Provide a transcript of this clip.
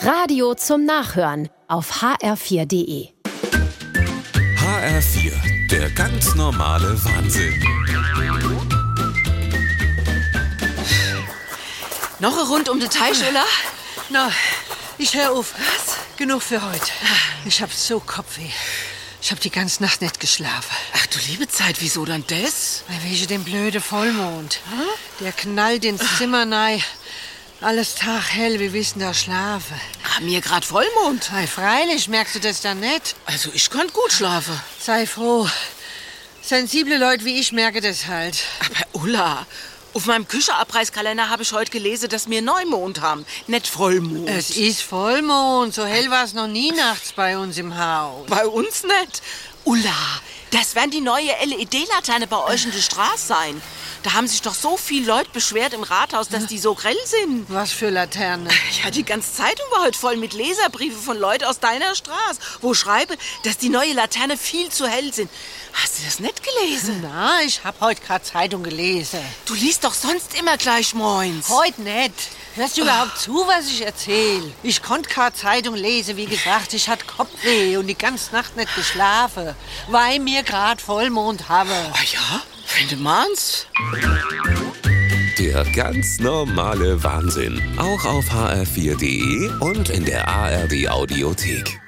Radio zum Nachhören auf hr4.de. HR4, der ganz normale Wahnsinn. Noch ein rund um den Teich, oder? Na, ich hör auf. Was? Genug für heute. Ich hab so Kopfweh. Ich hab die ganze Nacht nicht geschlafen. Ach du liebe Zeit, wieso dann das? Weil wegen dem blöde Vollmond. Der knallt ins Zimmer nei. Alles taghell, wir wissen da schlafen. Haben wir grad Vollmond. Sei freilich, merkst du das dann nicht? Also ich konnte gut schlafen. Sei froh. Sensible Leute wie ich merke das halt. Aber Ulla, auf meinem Kücheabreißkalender habe ich heute gelesen, dass wir Neumond haben, nicht Vollmond. Es ist Vollmond, so hell war's noch nie nachts bei uns im Haus. Bei uns nicht. Ulla, das werden die neue LED-Laterne bei euch in der Straße sein. Da haben sich doch so viele Leute beschwert im Rathaus, dass die so grell sind. Was für Laterne. Ja, die ganze Zeitung war heute voll mit Leserbriefen von Leuten aus deiner Straße, wo schreibe, dass die neue Laterne viel zu hell sind. Hast du das nicht gelesen? Na, ich hab heute grad Zeitung gelesen. Du liest doch sonst immer gleich moins. Heute nicht. Hörst du überhaupt zu, was ich erzähle? Ich konnte keine Zeitung lesen, wie gesagt. Ich hatte Kopfweh und die ganze Nacht nicht geschlafen, weil mir grad Vollmond habe. Ah ja, wenn du meinst. Der ganz normale Wahnsinn. Auch auf hr4.de und in der ARD-Audiothek.